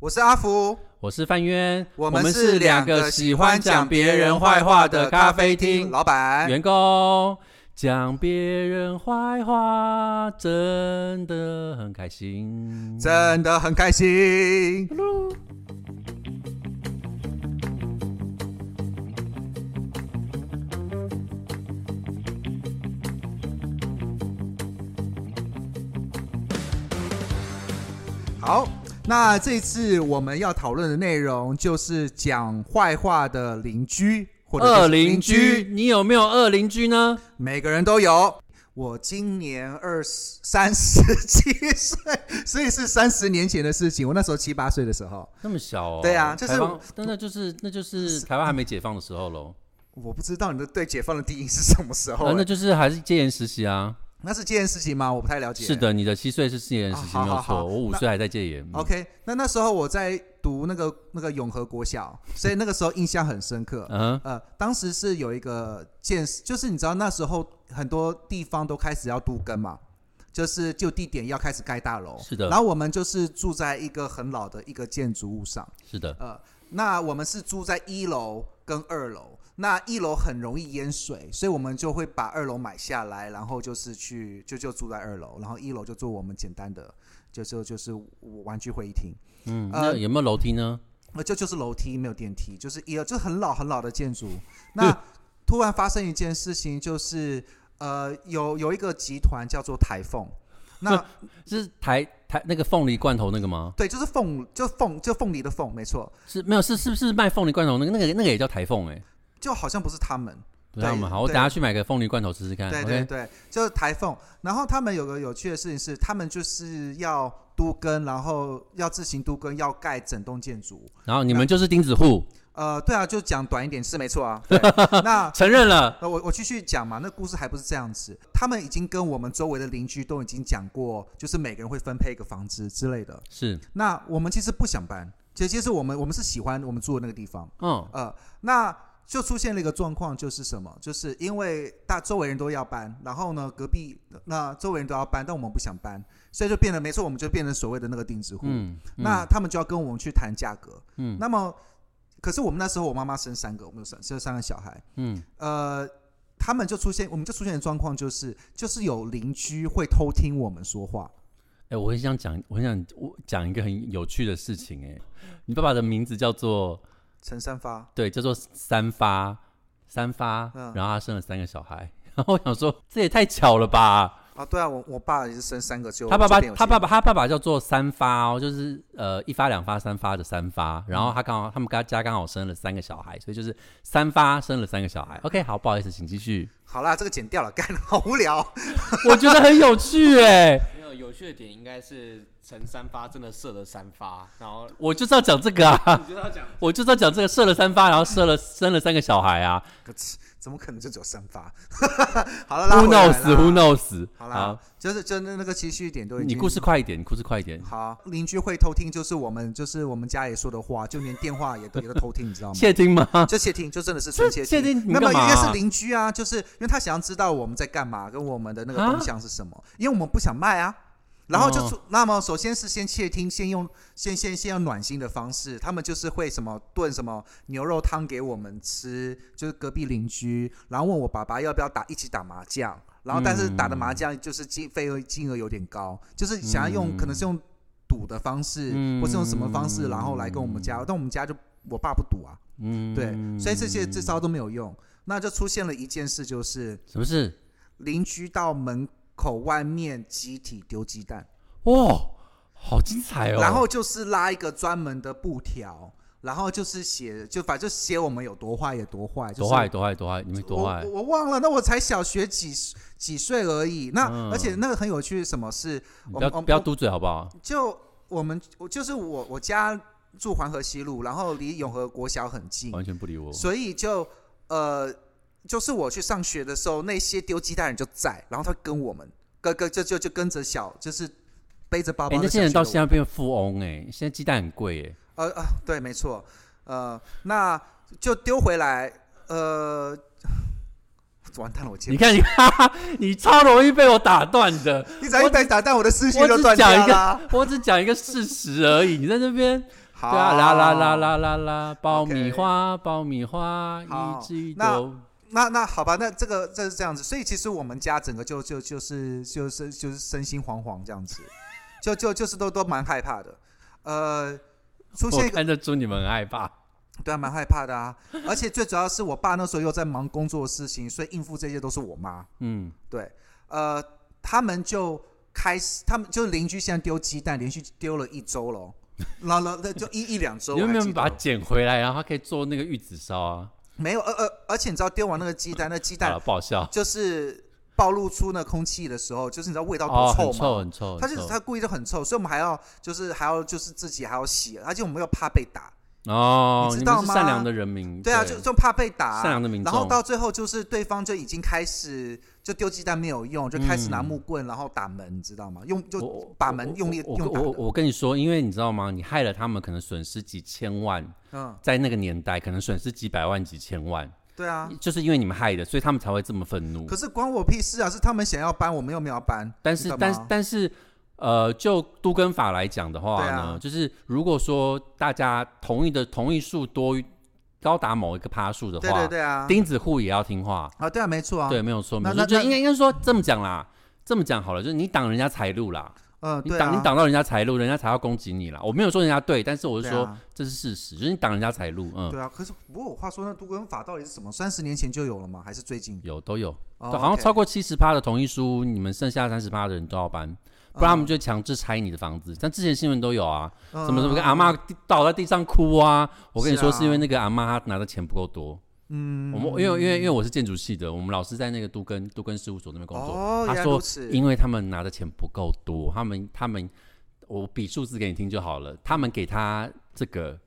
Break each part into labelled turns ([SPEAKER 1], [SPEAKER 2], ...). [SPEAKER 1] 我是阿福，
[SPEAKER 2] 我是范渊，
[SPEAKER 1] 我
[SPEAKER 2] 们
[SPEAKER 1] 们是
[SPEAKER 2] 两
[SPEAKER 1] 个
[SPEAKER 2] 喜
[SPEAKER 1] 欢
[SPEAKER 2] 讲
[SPEAKER 1] 别
[SPEAKER 2] 人
[SPEAKER 1] 坏
[SPEAKER 2] 话
[SPEAKER 1] 的
[SPEAKER 2] 咖
[SPEAKER 1] 啡
[SPEAKER 2] 厅
[SPEAKER 1] 老板。
[SPEAKER 2] 员工，讲别人坏话真的很开心。
[SPEAKER 1] 真的很开心。好，那这次我们要讨论的内容就是讲坏话的邻居或者是
[SPEAKER 2] 二邻居，，你有没有二邻居呢？
[SPEAKER 1] 每个人都有。我今年二十三十七岁，所以是三十年前的事情。我那时候七八岁的时候，
[SPEAKER 2] 那么小哦。
[SPEAKER 1] 对啊就是
[SPEAKER 2] 台湾那那就是那就是台湾还没解放的时候喽。
[SPEAKER 1] 我不知道你的对解放的定义是什么时候、哎
[SPEAKER 2] 呃，那就是还是戒严时期啊。
[SPEAKER 1] 那是这件事情吗？我不太了解。
[SPEAKER 2] 是。的，你的七岁是戒严时期
[SPEAKER 1] 啊好
[SPEAKER 2] 没有
[SPEAKER 1] 好好
[SPEAKER 2] 错，我五岁还在戒严。
[SPEAKER 1] OK，那那时候我在读那个那个永和国小，所以那个时候印象很深刻。
[SPEAKER 2] 嗯哼，
[SPEAKER 1] 呃，当时是有一个建，就是你知道那时候很多地方都开始要都更嘛，就是就地点要开始盖大楼。
[SPEAKER 2] 是的
[SPEAKER 1] 然后我们就是住在一个很老的一个建筑物上，
[SPEAKER 2] 是的，
[SPEAKER 1] 呃，那我们是住在一楼跟二楼，那一楼很容易淹水，所以我们就会把二楼买下来，然后就是去就就住在二楼，然后一楼就做我们简单的。就就就是玩具会议厅，
[SPEAKER 2] 嗯，
[SPEAKER 1] 呃
[SPEAKER 2] 那有没有楼梯呢？
[SPEAKER 1] 呃，就就是楼梯没有电梯，就是一就是很老很老的建筑。那突然发生一件事情，就是呃，有有一个集团叫做台凤，那
[SPEAKER 2] 是台台那个凤梨罐头那个吗？
[SPEAKER 1] 对，就是凤，就凤，就凤梨的凤，没错，
[SPEAKER 2] 是没有是是不是卖凤梨罐头那个那个那个也叫台凤哎、
[SPEAKER 1] 就好像不是他们，
[SPEAKER 2] 不知道吗？
[SPEAKER 1] 对
[SPEAKER 2] 好，我
[SPEAKER 1] 对
[SPEAKER 2] 等下去买个凤梨罐头试试看。
[SPEAKER 1] 对对
[SPEAKER 2] OK，
[SPEAKER 1] 对，就是台凤。然后他们有个有趣的事情是，他们就是要都更，然后要自行都更，要盖整栋建筑。
[SPEAKER 2] 然后你们就是钉子户，
[SPEAKER 1] 呃，对啊，就讲短一点是没错啊。对那
[SPEAKER 2] 承认了。
[SPEAKER 1] 呃，我我继续讲嘛，那故事还不是这样子。他们已经跟我们周围的邻居都已经讲过，就是每个人会分配一个房子之类的。
[SPEAKER 2] 是，
[SPEAKER 1] 那我们其实不想搬，其实其实我们我们是喜欢我们住的那个地方。
[SPEAKER 2] 嗯，
[SPEAKER 1] 呃，那就出现了一个状况，就是什么？就是因为大周围人都要搬，然后呢，隔壁那周围人都要搬，但我们不想搬，所以就变得没错，我们就变成所谓的那个定制户。
[SPEAKER 2] 嗯，嗯
[SPEAKER 1] 那他们就要跟我们去谈价格。
[SPEAKER 2] 嗯
[SPEAKER 1] 那么可是我们那时候我妈妈生三个，我们有三生三个小孩，
[SPEAKER 2] 嗯，
[SPEAKER 1] 呃。他们就出现，我们就出现的状况就是，就是有邻居会偷听我们说话。
[SPEAKER 2] 哎、我很想讲，我很想我讲一个很有趣的事情哎、你爸爸的名字叫做
[SPEAKER 1] 陈三发，
[SPEAKER 2] 对，叫做三发三发，
[SPEAKER 1] 嗯
[SPEAKER 2] 然后他生了三个小孩。 然后我想说，这也太巧了吧！
[SPEAKER 1] 啊，对啊，我我爸也是生三个，就
[SPEAKER 2] 他爸爸
[SPEAKER 1] 这边，有
[SPEAKER 2] 他
[SPEAKER 1] 结
[SPEAKER 2] 爸爸，他爸爸叫做三发哦，就是呃一发、两发、三发的三
[SPEAKER 1] 嗯
[SPEAKER 2] 发。然后他刚好，他们家家刚好生了三个小孩，所以就是三发生了三个小 孩。OK，好，不好意思，请继续。
[SPEAKER 1] 好啦，这个剪掉了，干，好无聊。
[SPEAKER 2] 我觉得很有趣哎、
[SPEAKER 3] 没有有趣的点应该是陈三发真的射了三发，然后
[SPEAKER 2] 我就是要讲这个啊，
[SPEAKER 3] 你就要讲
[SPEAKER 2] 我就是要讲这个射了三发，然后射了生了三个小孩啊
[SPEAKER 1] 可是怎么可能就只有三发？ 好了，拉
[SPEAKER 2] ，Who
[SPEAKER 1] 回来啦
[SPEAKER 2] knows？Who knows？
[SPEAKER 1] 好啦，就是就那那个情绪点都已经
[SPEAKER 2] 你故事快一点，你故事快一点。
[SPEAKER 1] 好，邻居会偷听，就是我们就是我们家里说的话，就连电话也都也都偷听，你知道吗？
[SPEAKER 2] 窃听吗？
[SPEAKER 1] 就窃听，就真的是纯窃
[SPEAKER 2] 啊窃听你
[SPEAKER 1] 那么
[SPEAKER 2] 干嘛
[SPEAKER 1] 应
[SPEAKER 2] 啊
[SPEAKER 1] 该是邻居啊，就是因为他想要知道我们在干嘛，跟我们的那个
[SPEAKER 2] 啊
[SPEAKER 1] 动向是什么，因为我们不想卖啊。然后就
[SPEAKER 2] 哦
[SPEAKER 1] 出那么首先是先窃听，先用先先先用暖心的方式，他们就是会什么炖什么牛肉汤给我们吃，就是隔壁邻居，然后问我爸爸要不要打一起打麻将，然后但是打的麻将就是金费用金额有点高，就是想要用、可能是用赌的方式，
[SPEAKER 2] 嗯
[SPEAKER 1] 或是用什么方式，然后来跟我们家，但我们家就我爸不赌啊，
[SPEAKER 2] 嗯，
[SPEAKER 1] 对，所以这些这招都没有用。那就出现了一件事，就是
[SPEAKER 2] 什么事？
[SPEAKER 1] 邻居到门口外面集体丢鸡蛋，
[SPEAKER 2] 哇，好精彩哦！
[SPEAKER 1] 然后就是拉一个专门的布条，然后就是写，就反正就写我们有多坏也多坏，就是
[SPEAKER 2] 多坏多坏多坏，你们多坏
[SPEAKER 1] 我我忘了，那我才小学几几岁而已。那、
[SPEAKER 2] 嗯
[SPEAKER 1] 而且那个很有趣，是什么是
[SPEAKER 2] 你
[SPEAKER 1] 我
[SPEAKER 2] 不
[SPEAKER 1] 们
[SPEAKER 2] 要
[SPEAKER 1] 我们
[SPEAKER 2] 不要嘟嘴好不好？
[SPEAKER 1] 就我们我就是我我家住环河西路，然后离永和国小很近，
[SPEAKER 2] 完全不理我。
[SPEAKER 1] 所以就呃，就是我去上学的时候，那些丢鸡蛋的人就在，然后他跟我们跟跟就就就跟着小，就是背着包
[SPEAKER 2] 哎、
[SPEAKER 1] 包。
[SPEAKER 2] 那些人到现在变富翁哎、现在鸡蛋很贵哎、
[SPEAKER 1] 呃呃，对，没错，呃，那就丢回来，呃，完蛋了，我接
[SPEAKER 2] 你，看你看，你 超容易被我打断的。
[SPEAKER 1] 你只要一被打断，我的思绪
[SPEAKER 2] 我
[SPEAKER 1] 就
[SPEAKER 2] 只
[SPEAKER 1] 断
[SPEAKER 2] 讲
[SPEAKER 1] 掉
[SPEAKER 2] 一
[SPEAKER 1] 啦。
[SPEAKER 2] 个，我只讲一个事实而已。你在那边
[SPEAKER 1] 好，
[SPEAKER 2] 对啊，啦啦啦啦啦啦，爆
[SPEAKER 1] OK
[SPEAKER 2] 米花，爆米花，
[SPEAKER 1] 好
[SPEAKER 2] 一枝一
[SPEAKER 1] 那
[SPEAKER 2] 朵。
[SPEAKER 1] 那那好吧，那这个这是这样子，所以其实我们家整个就就就是就是就是身心惶惶这样子，就就就是都都蛮害怕的，呃，出现
[SPEAKER 2] 我
[SPEAKER 1] 一个
[SPEAKER 2] 看得出你们很害怕。
[SPEAKER 1] 对啊，蛮害怕的啊，而且最主要是我爸那时候又在忙工作的事情，所以应付这些都是我妈，
[SPEAKER 2] 嗯，
[SPEAKER 1] 对，呃，他们就开始，他们就是邻居现在丢鸡蛋，连续丢了一周喽，然后然后就一一两周，
[SPEAKER 2] 你有没
[SPEAKER 1] 我还
[SPEAKER 2] 有
[SPEAKER 1] 记得
[SPEAKER 2] 把它捡回来，然后它可以做那个玉子烧啊？
[SPEAKER 1] 没有，而而而且你知道丢完那个鸡蛋，那鸡
[SPEAKER 2] 好
[SPEAKER 1] 蛋
[SPEAKER 2] 了，不好笑。
[SPEAKER 1] 就是暴露出那空气的时候，就是你知道味道
[SPEAKER 2] 哦，
[SPEAKER 1] 多
[SPEAKER 2] 很
[SPEAKER 1] 吗？
[SPEAKER 2] 臭，很臭，
[SPEAKER 1] 他
[SPEAKER 2] 很
[SPEAKER 1] 就是
[SPEAKER 2] 臭。
[SPEAKER 1] 他故意就很臭，所以我们还要就是还要就是自己还要洗，而且我们又怕被打，
[SPEAKER 2] 哦，
[SPEAKER 1] 你知
[SPEAKER 2] 你
[SPEAKER 1] 道
[SPEAKER 2] 们是
[SPEAKER 1] 吗
[SPEAKER 2] 善良的人民。
[SPEAKER 1] 对啊，就就怕被打啊、
[SPEAKER 2] 嗯善良的民众
[SPEAKER 1] 然后到最后就是对方就已经开始就丢鸡蛋没有用，就开始拿
[SPEAKER 2] 嗯
[SPEAKER 1] 木棍然后打门，你知道吗？用
[SPEAKER 2] 我
[SPEAKER 1] 就
[SPEAKER 2] 我
[SPEAKER 1] 把门用力
[SPEAKER 2] 我
[SPEAKER 1] 用打
[SPEAKER 2] 我我
[SPEAKER 1] 的，
[SPEAKER 2] 我跟你说，因为你知道吗？你害了他们，可能损失几千万，
[SPEAKER 1] 嗯，
[SPEAKER 2] 在那个年代，可能损失几百万、几千万，
[SPEAKER 1] 对啊。
[SPEAKER 2] 就是因为你们害的，所以他们才会这么愤怒
[SPEAKER 1] 可。是关我屁事啊！是他们想要搬，我们又没有搬。
[SPEAKER 2] 但
[SPEAKER 1] 你
[SPEAKER 2] 是，
[SPEAKER 1] 懂
[SPEAKER 2] 但是
[SPEAKER 1] 吗，
[SPEAKER 2] 但是，呃，就都跟法来讲的话
[SPEAKER 1] 对
[SPEAKER 2] 呢，
[SPEAKER 1] 啊
[SPEAKER 2] 就是如果说大家同意的同意数多于高达某一个趴数的话，
[SPEAKER 1] 对对对啊，
[SPEAKER 2] 钉子户也要听话。
[SPEAKER 1] 啊对啊，没错啊，
[SPEAKER 2] 对，没有错，没
[SPEAKER 1] 那
[SPEAKER 2] 有错，
[SPEAKER 1] 那
[SPEAKER 2] 就
[SPEAKER 1] 那
[SPEAKER 2] 应该应该说这么讲啦，这么讲好了，就是你挡人家财路啦，
[SPEAKER 1] 嗯，
[SPEAKER 2] 你
[SPEAKER 1] 对
[SPEAKER 2] 挡、
[SPEAKER 1] 啊，
[SPEAKER 2] 你挡到人家财路，人家才要攻击你啦。我没有说人家对，但是我是
[SPEAKER 1] 对
[SPEAKER 2] 说、
[SPEAKER 1] 啊
[SPEAKER 2] 这是事实，就是你挡人家财路，嗯，
[SPEAKER 1] 对啊，可是不过我话说，那都跟法到底是什么？三十年前就有了吗？还是最近？
[SPEAKER 2] 有都有，
[SPEAKER 1] 哦
[SPEAKER 2] 好像
[SPEAKER 1] OK
[SPEAKER 2] 超过七十趴的同意书，你们剩下三十趴的人都要
[SPEAKER 1] 嗯
[SPEAKER 2] 搬。不然他们就强制拆你的房子，但之前新闻都有啊，
[SPEAKER 1] 嗯
[SPEAKER 2] 什么什么跟阿嬷地倒在地上哭啊，我跟你
[SPEAKER 1] 是
[SPEAKER 2] 说
[SPEAKER 1] 啊
[SPEAKER 2] 是因为那个阿嬷她拿的钱不够多，嗯，我们因为因为因为我是建筑系的，我们老师在那个都跟都跟事务所那边工作，
[SPEAKER 1] 哦，
[SPEAKER 2] 他
[SPEAKER 1] 原来
[SPEAKER 2] 说
[SPEAKER 1] 如此，
[SPEAKER 2] 因为他们拿的钱不够多，他们他们，我比数字给你听就好了。他们给他这个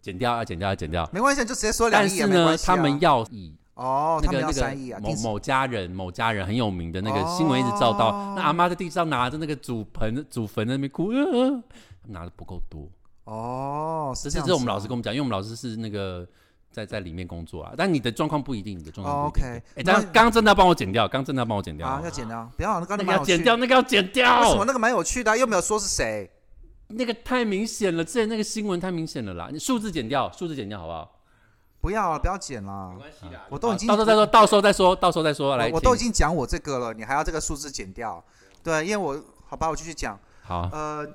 [SPEAKER 2] 减掉，要减掉，要减掉。
[SPEAKER 1] 没关系，你就直接说两
[SPEAKER 2] 但
[SPEAKER 1] 亿也
[SPEAKER 2] 是
[SPEAKER 1] 没
[SPEAKER 2] 呢，
[SPEAKER 1] 关系啊。
[SPEAKER 2] 他们要以
[SPEAKER 1] 哦，
[SPEAKER 2] 那
[SPEAKER 1] 他们
[SPEAKER 2] 个
[SPEAKER 1] 要
[SPEAKER 2] 那
[SPEAKER 1] 三亿
[SPEAKER 2] 个
[SPEAKER 1] 啊，
[SPEAKER 2] 某
[SPEAKER 1] 定时
[SPEAKER 2] 某家人某家人很有名的那个新闻一直照到，
[SPEAKER 1] 哦
[SPEAKER 2] 那阿妈在地上拿着那个祖盆祖坟那边哭，呃呃拿的不够多。
[SPEAKER 1] 哦，
[SPEAKER 2] 这
[SPEAKER 1] 是
[SPEAKER 2] 是
[SPEAKER 1] 样子
[SPEAKER 2] 这是我们
[SPEAKER 1] 啊
[SPEAKER 2] 老师跟我们讲，因为我们老师是那个在在里面工作啊。但你的状况不一定，你的状况
[SPEAKER 1] 哦
[SPEAKER 2] 不一定。
[SPEAKER 1] ，OK
[SPEAKER 2] 哎，刚
[SPEAKER 1] 那
[SPEAKER 2] 刚刚真的要帮我减掉，刚真的要帮我减掉。
[SPEAKER 1] 啊，要剪掉，不要，那刚刚
[SPEAKER 2] 那个
[SPEAKER 1] 蛮
[SPEAKER 2] 要
[SPEAKER 1] 有趣
[SPEAKER 2] 减掉，那个要减掉。
[SPEAKER 1] 为什么那个蛮有趣的啊，又没有说是谁？
[SPEAKER 2] 那个太明显了，之前那个新闻太明显了啦，你数字剪掉，数字剪掉好不好？
[SPEAKER 1] 不要了，不要剪了
[SPEAKER 3] 没，关系啦。
[SPEAKER 1] 我都已经
[SPEAKER 2] 啊到时候再说，到时候再说，到时候再说。来，
[SPEAKER 1] 我我都已
[SPEAKER 2] 请
[SPEAKER 1] 经讲我这个了，你还要这个数字剪掉？对，因为我好吧，我继续讲。
[SPEAKER 2] 好，
[SPEAKER 1] 呃，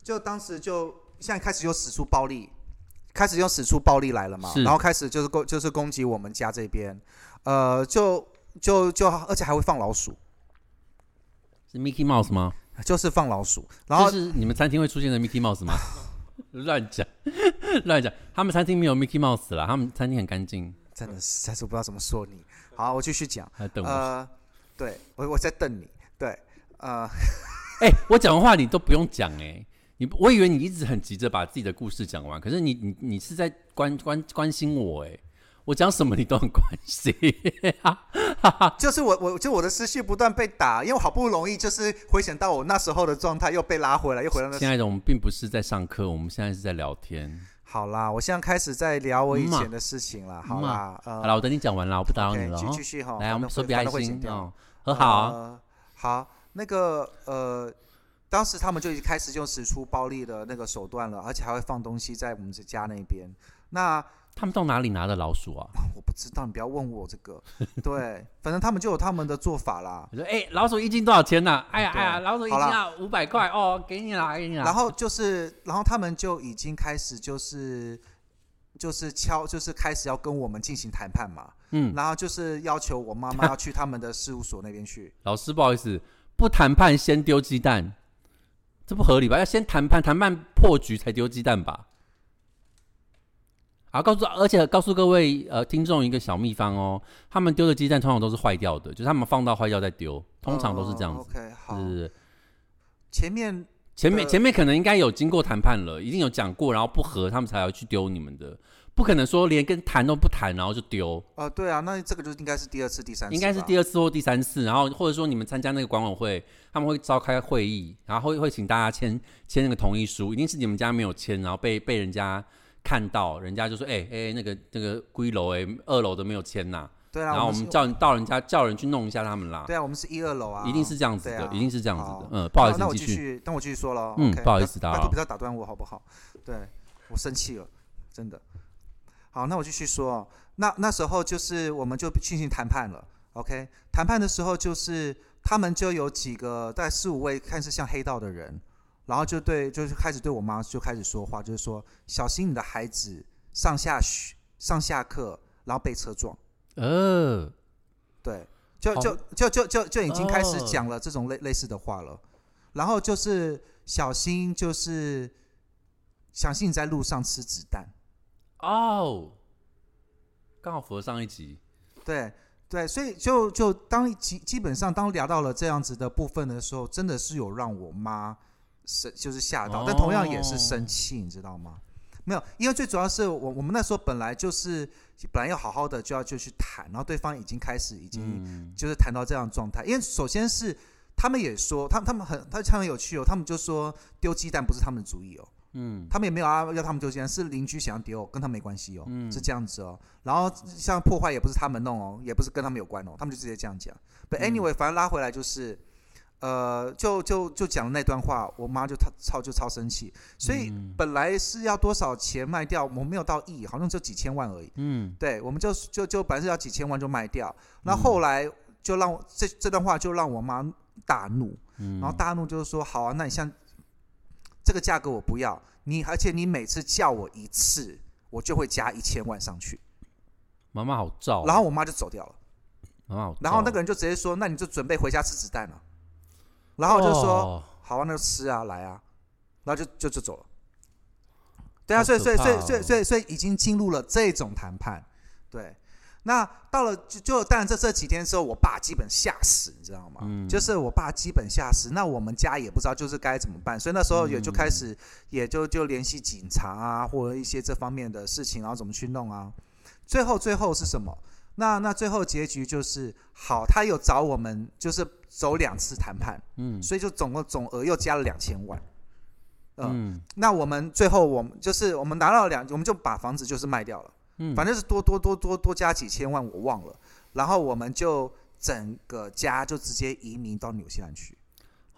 [SPEAKER 1] 就当时就现在开始就使出暴力，开始用使出暴力来了嘛，
[SPEAKER 2] 是
[SPEAKER 1] 然后开始就是攻就是攻击我们家这边，呃，就就就而且还会放老鼠，
[SPEAKER 2] 是 Mickey Mouse 吗？
[SPEAKER 1] 就是放老鼠，然后、
[SPEAKER 2] 这是你们餐厅会出现的 Mickey Mouse 吗？ 乱讲，乱讲，他们餐厅没有 Mickey Mouse 啦，他们餐厅很干净，
[SPEAKER 1] 真的实在是不知道怎么说你。好，我继续讲，
[SPEAKER 2] 还等我。哎、
[SPEAKER 1] 呃，对我我在瞪你，对，呃，
[SPEAKER 2] 哎我讲的话你都不用讲哎、你我以为你一直很急着把自己的故事讲完，可是你你你是在关关关心我哎、我讲什么你都很关 心，啊
[SPEAKER 1] 就是我我就我的思绪不断被打，因为我好不容易就是回想到我那时候的状态，又被拉回来，又回到那时
[SPEAKER 2] 亲爱的，我们并不是在上课，我们现在是在聊天。
[SPEAKER 1] 好啦，我现在开始在聊我以
[SPEAKER 2] 嗯嘛
[SPEAKER 1] 前的事情了。好啦，呃，
[SPEAKER 2] 好了，我等你讲完了，我不打扰你
[SPEAKER 1] OK，
[SPEAKER 2] 了
[SPEAKER 1] 继
[SPEAKER 2] 哦。
[SPEAKER 1] 继续哈，
[SPEAKER 2] 来，
[SPEAKER 1] 反
[SPEAKER 2] 我们
[SPEAKER 1] 正
[SPEAKER 2] 手
[SPEAKER 1] 会
[SPEAKER 2] 比
[SPEAKER 1] 反
[SPEAKER 2] 爱
[SPEAKER 1] 正会剪
[SPEAKER 2] 心
[SPEAKER 1] 掉
[SPEAKER 2] 哦，和好啊。
[SPEAKER 1] 呃好，那个呃，当时他们就已经开始就使出暴力的那个手段了，而且还会放东西在我们这家那边。那
[SPEAKER 2] 他们到哪里拿的老鼠啊？
[SPEAKER 1] 我不知道，你不要问我这个。对，反正他们就有他们的做法 啦。
[SPEAKER 2] 我说，哎，老鼠一斤多少钱呐？哎呀
[SPEAKER 1] 对
[SPEAKER 2] 哎呀，老鼠一斤
[SPEAKER 1] 好啦
[SPEAKER 2] 啊，五百块哦，给你啦，给你啦。
[SPEAKER 1] 然后就是，然后他们就已经开始就是就是敲，就是开始要跟我们进行谈判嘛。
[SPEAKER 2] 嗯，
[SPEAKER 1] 然后就是要求我妈妈要去他们的事务所那边去。
[SPEAKER 2] 老师不好意思，不谈判先丢鸡蛋，这不合理吧？要先谈判，谈判破局才丢鸡蛋吧？啊，告诉，而且告诉各位呃听众一个小秘方哦，他们丢的鸡蛋通常都是坏掉的，就是他们放到坏掉再丢， 通常都是这样
[SPEAKER 1] 哦
[SPEAKER 2] 子。
[SPEAKER 1] OK，好
[SPEAKER 2] 是，是是。
[SPEAKER 1] 前面
[SPEAKER 2] 前面
[SPEAKER 1] 呃
[SPEAKER 2] 前面可能应该有经过谈判了，一定有讲过，然后不合，他们才要去丢你们的，不可能说连跟谈都不谈，然后就丢，
[SPEAKER 1] 呃，对啊，那这个就应该是第二次、第三次吧，
[SPEAKER 2] 应该是第二次或第三次，然后或者说你们参加那个管委会，他们会召开会议，然后会会请大家签签那个同意书，一定是你们家没有签，然后
[SPEAKER 1] 嗯
[SPEAKER 2] 被被人家看到，人家就说，哎、哎、那个那个龟楼哎，二楼的没有签呐、
[SPEAKER 1] 对啊，
[SPEAKER 2] 然后我
[SPEAKER 1] 是
[SPEAKER 2] 们叫到人家叫人去弄一下他们啦，
[SPEAKER 1] 对啊，我们是一二楼啊，
[SPEAKER 2] 一定是这样子
[SPEAKER 1] 对
[SPEAKER 2] 的
[SPEAKER 1] 啊，
[SPEAKER 2] 一定是这样
[SPEAKER 1] 好
[SPEAKER 2] 子的。嗯，不好意
[SPEAKER 1] 那
[SPEAKER 2] 思，
[SPEAKER 1] 我
[SPEAKER 2] 你
[SPEAKER 1] 继
[SPEAKER 2] 继续。
[SPEAKER 1] 续，那我继续说了。
[SPEAKER 2] 嗯
[SPEAKER 1] OK，
[SPEAKER 2] 不好意思打
[SPEAKER 1] 拜
[SPEAKER 2] 扰
[SPEAKER 1] 托不要打断我好不好？对，我生气了，真的。好，那我继续说哦。那那时候就是我们就进行谈判了。OK，谈判的时候就是他们就有几个大概四五位看似像黑道的人，然后就对就是开始对我妈就开始说话，就是说小心你的孩子上下学上下课然后被车撞。
[SPEAKER 2] 呃，
[SPEAKER 1] 对，就
[SPEAKER 2] 好
[SPEAKER 1] 就就就就就已经开始
[SPEAKER 2] 哦
[SPEAKER 1] 讲了这种类类似的话了。然后就是小心，就是小心你在路上吃子弹。
[SPEAKER 2] 哦，刚好符合上一集。
[SPEAKER 1] 对对，所以就就当基基本上当聊到了这样子的部分的时候，真的是有让我妈生就是吓到，但同样也是
[SPEAKER 2] 哦
[SPEAKER 1] 生气，你知道吗？没有，因为最主要是我我们那时候本来就是本来要好好的就要就去谈，然后对方已经开始已经
[SPEAKER 2] 嗯，
[SPEAKER 1] 就是谈到这样的状态，因为首先是他们也说，他们他们很他他们很有趣哦，他们就说丢鸡蛋不是他们的主意哦，嗯，他们也没有要要他们丢鸡蛋，是邻居想要丢，跟他们没关系哦，是这样子哦。然后像破坏也不是他们弄哦，也不是跟他们有关哦，他们就直接这样讲。But anyway，、反正拉回来就是。呃，就就就讲那段话，我妈就超超就超生气，所以本来是要多少钱卖掉，我们没有到亿，好像就几千万而已。嗯，对，我们就就就本来是要几千万就卖掉，那
[SPEAKER 2] 嗯
[SPEAKER 1] 后来就让我这这段话就让我妈大怒，
[SPEAKER 2] 嗯
[SPEAKER 1] 然后大怒就是说，好啊，那你像这个价格我不要，你而且你每次叫我一次，我就会加一千万上去，
[SPEAKER 2] 妈妈好照哦。
[SPEAKER 1] 然后我妈就走掉了，
[SPEAKER 2] 妈妈好照哦，
[SPEAKER 1] 然后那个人就直接说，那你就准备回家吃子弹了，然后我就说，
[SPEAKER 2] 哦，
[SPEAKER 1] 好啊，那就吃啊，来啊，然后就就就走了。对啊，
[SPEAKER 2] 好
[SPEAKER 1] 所以所以
[SPEAKER 2] 可
[SPEAKER 1] 所以
[SPEAKER 2] 怕
[SPEAKER 1] 所以
[SPEAKER 2] 哦
[SPEAKER 1] 所以所以已经进入了这种谈判，对。那到了就就当然这这几天之后，我爸基本吓死，你知道吗？就是我爸基本吓死。那我们家也不知道就是该怎么办，所以那时候也就开始、也就就联系警察啊，或者一些这方面的事情，然后怎么去弄啊。最后最后是什么？那那最后结局就是好，他有找我们就是走两次谈判，
[SPEAKER 2] 嗯
[SPEAKER 1] 所以就总共总额又加了两千万。嗯，
[SPEAKER 2] 嗯
[SPEAKER 1] 那我们最后我们就是我们拿到两，我们就把房子就是卖掉了，
[SPEAKER 2] 嗯
[SPEAKER 1] 反正是多多多多多加几千万，我忘了。然后我们就整个家就直接移民到纽西兰去。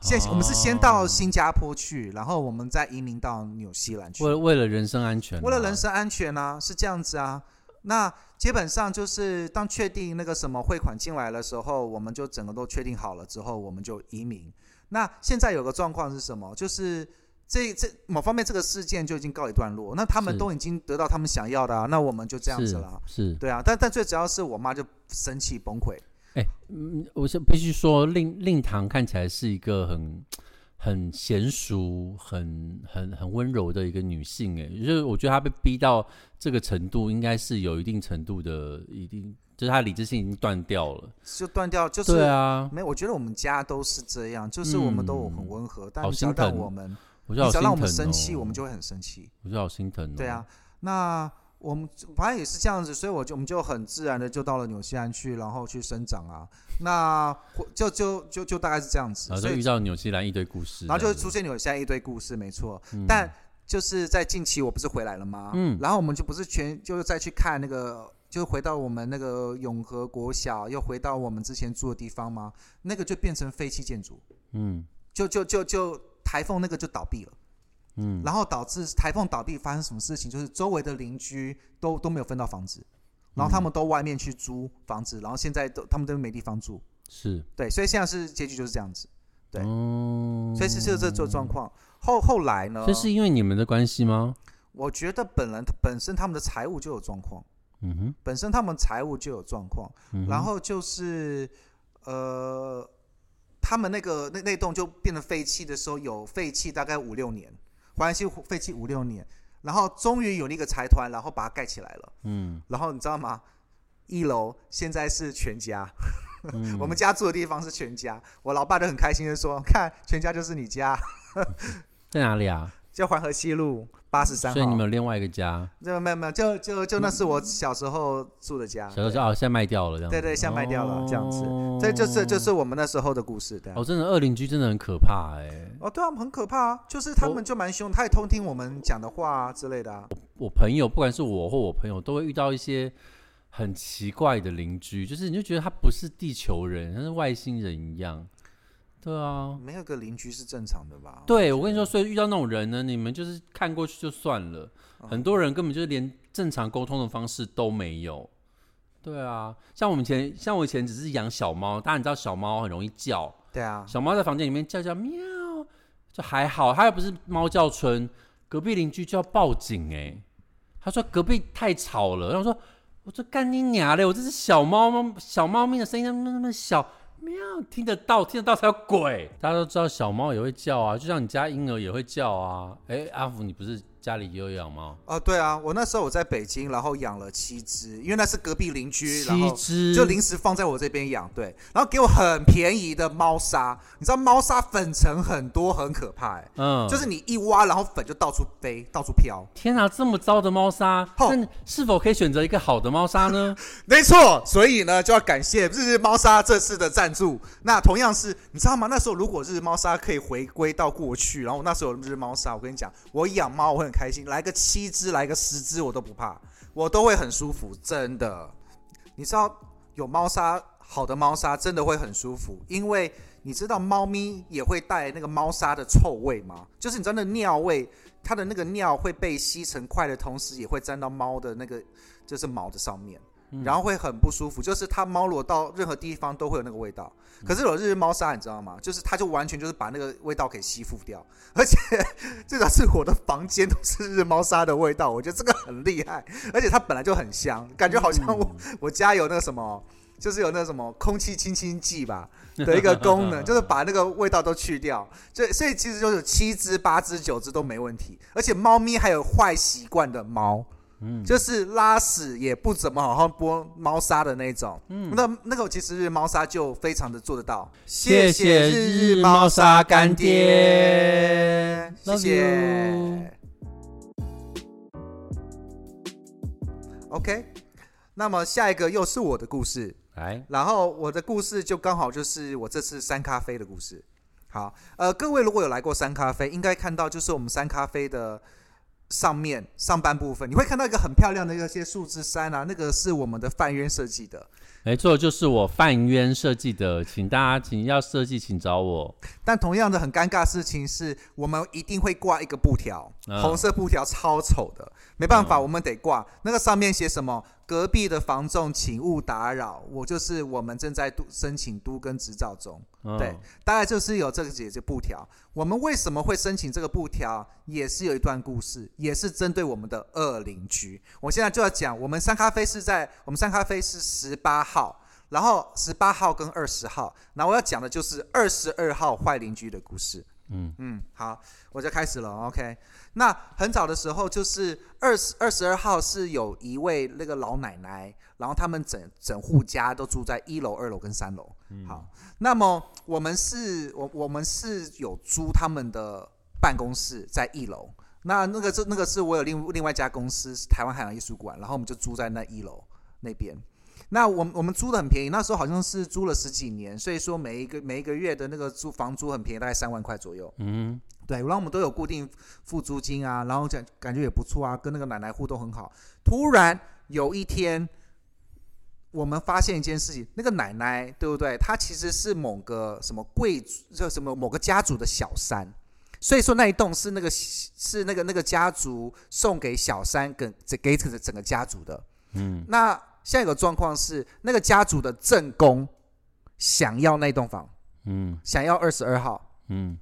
[SPEAKER 1] 现我们是先到
[SPEAKER 2] 哦
[SPEAKER 1] 新加坡去，然后我们再移民到纽西兰去。
[SPEAKER 2] 为了为了人身安全啊，
[SPEAKER 1] 为了人身安全啊，是这样子啊。那基本上就是当确定那个什么汇款进来的时候，我们就整个都确定好了之后，我们就移民。那现在有个状况是什么？就是这这某方面这个事件就已经告一段落，那他们
[SPEAKER 2] 是
[SPEAKER 1] 都已经得到他们想要的、啊，那我们就这样子啦。
[SPEAKER 2] 是。是
[SPEAKER 1] 对啊，但但最主要是我妈就生气崩溃，
[SPEAKER 2] 嗯，我是必须说，令令堂看起来是一个很很娴熟、很很很温柔的一个女性，哎，就是我觉得她被逼到这个程度，应该是有一定程度的，一定就是她的理智性已经断掉了。
[SPEAKER 1] 就断掉，就是
[SPEAKER 2] 对啊，
[SPEAKER 1] 没有。我觉得我们家都是这样，就是我们都
[SPEAKER 2] 嗯
[SPEAKER 1] 很温和，但
[SPEAKER 2] 好
[SPEAKER 1] 你只要
[SPEAKER 2] 心疼
[SPEAKER 1] 让我们，
[SPEAKER 2] 我
[SPEAKER 1] 你
[SPEAKER 2] 觉得好
[SPEAKER 1] 只要
[SPEAKER 2] 心
[SPEAKER 1] 让我
[SPEAKER 2] 疼、哦、
[SPEAKER 1] 们生气，我们就会很生气。
[SPEAKER 2] 我觉得好心疼、哦。
[SPEAKER 1] 对啊，，那我们反正也是这样子，所以我就我们就很自然的就到了纽西兰去，然后去生长啊。那或就就就就大概是这样子，
[SPEAKER 2] 然后
[SPEAKER 1] 所
[SPEAKER 2] 啊就
[SPEAKER 1] 以
[SPEAKER 2] 遇到纽西兰一堆故事，
[SPEAKER 1] 然后就
[SPEAKER 2] 这样子嗯
[SPEAKER 1] 出现纽西兰一堆故事，没错。但就是在近期我不是回来了吗？嗯，然后我们就不是全就是再去看那个。就回到我们那个永和国小，又回到我们之前住的地方吗？那个就变成废弃建筑，
[SPEAKER 2] 嗯
[SPEAKER 1] 就就就就台风那个就倒闭了，嗯，然后导致台风倒闭发生什么事情，就是周围的邻居都都没有分到房子，然
[SPEAKER 2] 嗯
[SPEAKER 1] 后他们都外面去租房子，然后现在都他们都没地方住，
[SPEAKER 2] 是，
[SPEAKER 1] 对，所以现在是结局就是这样子，对
[SPEAKER 2] 哦，
[SPEAKER 1] 所以是是这这状况。后后来呢
[SPEAKER 2] 这，是因为你们的关系吗？
[SPEAKER 1] 我觉得本人本身他们的财务就有状况，
[SPEAKER 2] 嗯哼，
[SPEAKER 1] 本身他们财务就有状况，
[SPEAKER 2] 嗯哼
[SPEAKER 1] 然后就是呃，他们那个那那栋就变得废弃的时候，有废弃大概五六年，华安西废弃五六年，然后终于有那个财团，然后把它盖起来了。
[SPEAKER 2] 嗯
[SPEAKER 1] 然后你知道吗？一楼现在是全家，
[SPEAKER 2] 嗯
[SPEAKER 1] 我们家住的地方是全家，我老爸就很开心的说：“看，全家就是你家，
[SPEAKER 2] 在哪里啊？
[SPEAKER 1] 就环河西路八十三
[SPEAKER 2] 所以你们
[SPEAKER 1] 号。
[SPEAKER 2] 有另外一个家，”
[SPEAKER 1] 没有没有没有，就就就那是我小时候住的家。
[SPEAKER 2] 小时候就哦，现在卖掉了这样子，
[SPEAKER 1] 对对现在卖掉了这样子
[SPEAKER 2] 哦
[SPEAKER 1] 这就是就是我们那时候的故事，对啊、
[SPEAKER 2] 哦，真的二邻居真的很可怕哎、
[SPEAKER 1] 哦，对啊，很可怕啊，就是他们就蛮凶，他也偷听我们讲的话啊之类的啊。
[SPEAKER 2] 我朋友不管是我或我朋友，都会遇到一些很奇怪的邻居，就是你就觉得他不是地球人，他是外星人一样。对啊，
[SPEAKER 1] 没有个邻居是正常的吧？
[SPEAKER 2] 对，我跟你说，所以遇到那种人呢，你们就是看过去就算了。很多人根本就是连正常沟通的方式都没有。对啊，像我们以前，像我以前只是养小猫，大家你知道小猫很容易叫，
[SPEAKER 1] 对啊，
[SPEAKER 2] 小猫在房间里面叫叫喵，就还好，它又不是猫叫春，隔壁邻居就要报警哎、他说隔壁太吵了，然后我说我说干你娘嘞，我这只小猫猫小猫咪的声音那么那么小，喵听得到听得到才有鬼。大家都知道小猫也会叫啊，就像你家婴儿也会叫啊。哎，阿福你不是家里也有养猫？
[SPEAKER 1] 哦，对啊，我那时候我在北京，然后养了七只，因为那是隔壁邻居，然
[SPEAKER 2] 七
[SPEAKER 1] 后
[SPEAKER 2] 只
[SPEAKER 1] 就临时放在我这边养，对，然后给我很便宜的猫砂，你知道猫砂粉尘很多，很可怕、欸，
[SPEAKER 2] 嗯，
[SPEAKER 1] 就是你一挖，然后粉就到处飞，到处飘。
[SPEAKER 2] 天哪、这么糟的猫砂，
[SPEAKER 1] 哦
[SPEAKER 2] 那你是否可以选择一个好的猫砂呢？
[SPEAKER 1] 没错，所以呢，就要感谢日日猫砂这次的赞助。那同样是，你知道吗？那时候如果日日猫砂可以回归到过去，然后我那时候有日日猫砂，我跟你讲，我养猫我很开心，来个七只，来个十只我都不怕，我都会很舒服，真的。你知道有猫砂，好的猫砂真的会很舒服，因为你知道猫咪也会带那个猫砂的臭味吗？就是你知道那尿味，它的那个尿会被吸成块的同时，也会沾到猫的那个就是毛的上面。
[SPEAKER 2] 嗯
[SPEAKER 1] 然后会很不舒服，就是它猫裸到任何地方都会有那个味道。可是有日日猫砂，你知道吗？就是它就完全就是把那个味道给吸附掉， 而且最早是我的房间都是日日猫砂的味道，我觉得这个很厉害，而且它本来就很香，感觉好像我、我家有那个什么，就是有那个什么空气清新剂吧的一个功能，就是把那个味道都去掉。所以所以其实就是七只、八只、九只都没问题，而且猫咪还有坏习惯的猫。
[SPEAKER 2] 嗯
[SPEAKER 1] 就是拉屎也不怎么好好拨猫砂的那种，嗯，那那个其实日猫砂就非常的做得到。谢
[SPEAKER 2] 谢谢
[SPEAKER 1] 日
[SPEAKER 2] 日
[SPEAKER 1] 日
[SPEAKER 2] 日
[SPEAKER 1] 猫
[SPEAKER 2] 猫
[SPEAKER 1] 砂
[SPEAKER 2] 砂
[SPEAKER 1] 干
[SPEAKER 2] 干
[SPEAKER 1] 爹
[SPEAKER 2] 爹，
[SPEAKER 1] 谢
[SPEAKER 2] Love
[SPEAKER 1] 谢
[SPEAKER 2] you。
[SPEAKER 1] OK，那么下一个又是我的故事，
[SPEAKER 2] 来，
[SPEAKER 1] 然后我的故事就刚好就是我这次三咖啡的故事。好，呃，各位如果有来过三咖啡，应该看到就是我们三咖啡的上面上半部分，你会看到一个很漂亮的一些数字山啊，那个是我们的范渊设计的。
[SPEAKER 2] 没错，就是我范渊设计的，请大家请要设计请找我。
[SPEAKER 1] 但同样的很尴尬的事情是，我们一定会挂一个布条，
[SPEAKER 2] 嗯
[SPEAKER 1] 红色布条超丑的，没办法，我们得挂。那个上面写什么？隔壁的房仲，请勿打扰。我就是我们正在都申请都跟执照中。
[SPEAKER 2] 嗯、
[SPEAKER 1] 对，大概就是有这个解决布条。我们为什么会申请这个布条，也是有一段故事，也是针对我们的恶邻居。我现在就要讲，我们三咖啡是在我们三咖啡是十八号，然后十八号跟二十号，然后我要讲的就是二十二号坏邻居的故事。
[SPEAKER 2] 嗯
[SPEAKER 1] 嗯，好，我就开始了。OK，那很早的时候，就是二十二十二号是有一位那个老奶奶，然后他们整整户家都住在一楼、二楼跟三楼。
[SPEAKER 2] 嗯
[SPEAKER 1] 好，那么我们是，我我们是有租他们的办公室在一楼。那那个是那个是我有另另外一家公司是台湾海洋艺术馆，然后我们就租在那一楼那边。那我们我们租的很便宜，那时候好像是租了十几年，所以说每一个每一个月的那个租房租很便宜，大概三万块左右。
[SPEAKER 2] 嗯，
[SPEAKER 1] 对，然后我们都有固定付租金啊，然后感感觉也不错啊，跟那个奶奶互动很好。突然有一天，我们发现一件事情，那个奶奶对不对？她其实是某个什么贵族，叫什么某个家族的小三，所以说那一栋是那个是那个那个家族送给小三跟给整个整个家族的。嗯，那现在有个状况是，那个家族的正宫想要那栋房，
[SPEAKER 2] 嗯
[SPEAKER 1] 想要二十二号。
[SPEAKER 2] 嗯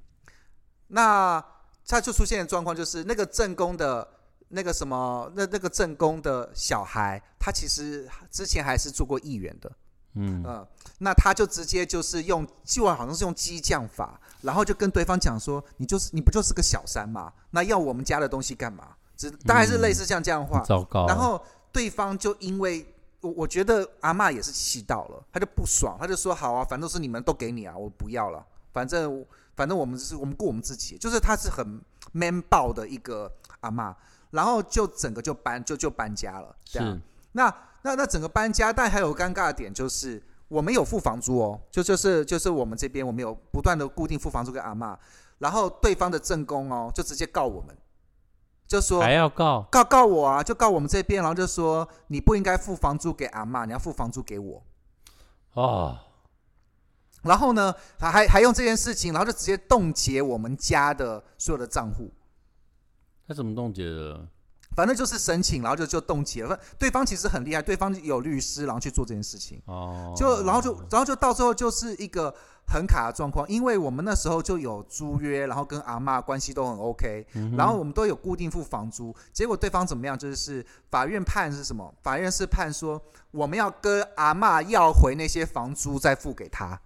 [SPEAKER 1] 那他就出现的状况就是，那个正宫的那个什么，那那个正宫的小孩，他其实之前还是做过议员的，
[SPEAKER 2] 嗯
[SPEAKER 1] 嗯，那他就直接就是用，既然好像是用激将法，然后就跟对方讲说，你就是你不就是个小三嘛，那要我们家的东西干嘛？只大概
[SPEAKER 2] 嗯
[SPEAKER 1] 是类似像这样的话，
[SPEAKER 2] 糟糕。
[SPEAKER 1] 然后对方就因为我我觉得阿嬷也是气到了，她就不爽，她就说好啊，反正是你们都给你啊，我不要了，反正反正我们是我们过我们自己，就是她是很 man 爆的一个阿嬷，然后就整个就搬就就搬家了，这样
[SPEAKER 2] 是。
[SPEAKER 1] 那那那整个搬家，但还有尴尬的点就是，我们有付房租哦，就就是就是我们这边我们有不断的固定付房租给阿嬷，然后对方的正宫哦就直接告我们，就说
[SPEAKER 2] 还要告，
[SPEAKER 1] 告告我啊，就告我们这边，然后就说你不应该付房租给阿嬷，你要付房租给我。
[SPEAKER 2] 哦，
[SPEAKER 1] 然后呢，还还还用这件事情，然后就直接冻结我们家的所有的账户。
[SPEAKER 2] 他怎么冻结的？
[SPEAKER 1] 反正就是申请，然后就就冻结了。对方其实很厉害，对方有律师，然后去做这件事情。
[SPEAKER 2] 哦，
[SPEAKER 1] 就然后就然后就到最后就是一个很卡的状况，因为我们那时候就有租约，然后跟阿嬷关系都很 OK，、然后我们都有固定付房租，结果对方怎么样？就是法院判是什么？法院是判说我们要跟阿嬷要回那些房租，再付给他。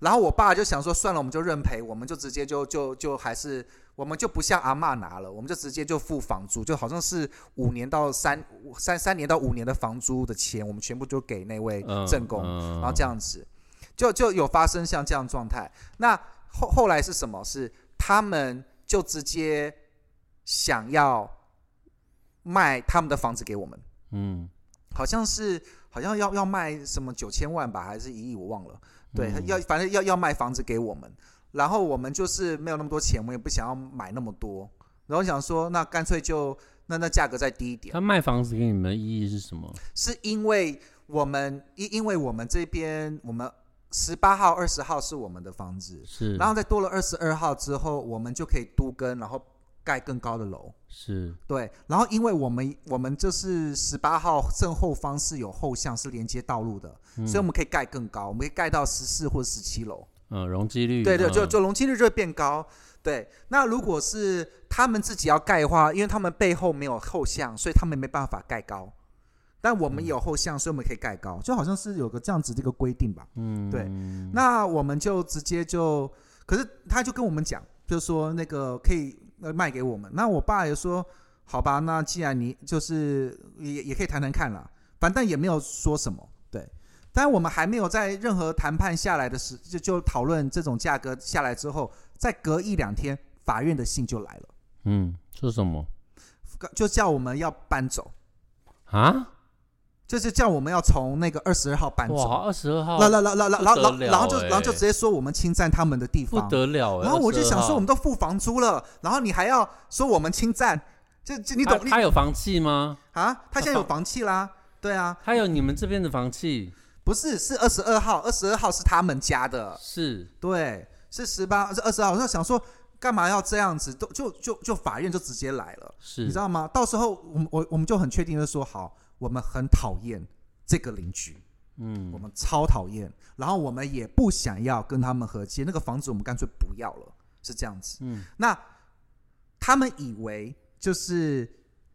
[SPEAKER 1] 然后我爸就想说，算了，我们就认赔，我们就直接就就就还是，我们就不向阿嬷拿了，我们就直接就付房租，就好像是五年到三三三年到五年的房租的钱，我们全部就给那位
[SPEAKER 2] 嗯
[SPEAKER 1] 正宫，
[SPEAKER 2] 嗯
[SPEAKER 1] 然后这样子，就就有发生像这样的状态。那后后来是什么？是他们就直接想要卖他们的房子给我们，
[SPEAKER 2] 嗯，
[SPEAKER 1] 好像是好像要要卖什么九千万吧，还是一亿，我忘了。对，
[SPEAKER 2] 嗯
[SPEAKER 1] 要反正要要卖房子给我们，然后我们就是没有那么多钱，我们也不想要买那么多，然后想说那干脆就那那价格再低一点。
[SPEAKER 2] 他卖房子给你们的意义是什么？
[SPEAKER 1] 是因为我们因因为我们这边我们十八号、二十号是我们的房子，
[SPEAKER 2] 是，
[SPEAKER 1] 然后再多了二十二号之后，我们就可以都跟，然后盖更高的楼。
[SPEAKER 2] 是
[SPEAKER 1] 对，然后因为我们我们就是十八号正后方是有后巷是连接道路的，所以我们可以盖更高，我们可以盖到十四或十七楼。
[SPEAKER 2] 嗯，容积率
[SPEAKER 1] 对对，就
[SPEAKER 2] 嗯
[SPEAKER 1] 就容积率就会变高。对，那如果是他们自己要盖的话，因为他们背后没有后巷，所以他们没办法盖高。但我
[SPEAKER 2] 嗯
[SPEAKER 1] 们有后巷，所以我们可以盖高，就好像是有个这样子的一个规定吧。
[SPEAKER 2] 嗯
[SPEAKER 1] 对那我们就直接就，可是他就跟我们讲，就说那个可以呃卖给我们。那我爸也说，好吧，那既然你就是也也可以谈谈看啦，反正也没有说什么，对。但我们还没有在任何谈判下来的时，就就讨论这种价格下来之后，再隔一两天，法院的信就来了，
[SPEAKER 2] 嗯，说什么
[SPEAKER 1] 就叫我们要搬走，
[SPEAKER 2] 啊？
[SPEAKER 1] 就是叫我们要从那个二十二号搬走。
[SPEAKER 2] 哇，二十二号
[SPEAKER 1] 然后，然后，然后，然后，然后
[SPEAKER 2] 不得了
[SPEAKER 1] 然后就，然后就
[SPEAKER 2] 欸
[SPEAKER 1] 直接说我们侵占他们的地
[SPEAKER 2] 不
[SPEAKER 1] 方，
[SPEAKER 2] 得了欸！
[SPEAKER 1] 然后我就想说，我们
[SPEAKER 2] 都
[SPEAKER 1] 都付房租了，然后你还要说我们侵占，这这你懂你
[SPEAKER 2] 他有房契吗？
[SPEAKER 1] 啊？他现在有房契啦，对啊，
[SPEAKER 2] 他有你们这边的房契
[SPEAKER 1] 不是是二十二号，二十二号是他们家的，
[SPEAKER 2] 是
[SPEAKER 1] 对，是十八是二十号，我就想说干嘛要这样子，都就就就法院就直接来了，
[SPEAKER 2] 是，
[SPEAKER 1] 你知道吗？到时候我们我我们就很确定的说，好，我们很讨厌这个邻居，
[SPEAKER 2] 嗯
[SPEAKER 1] 我们超讨厌，然后我们也不想要跟他们和解，那个房子我们干脆不要了，是这样子。
[SPEAKER 2] 嗯
[SPEAKER 1] 那他们以为就是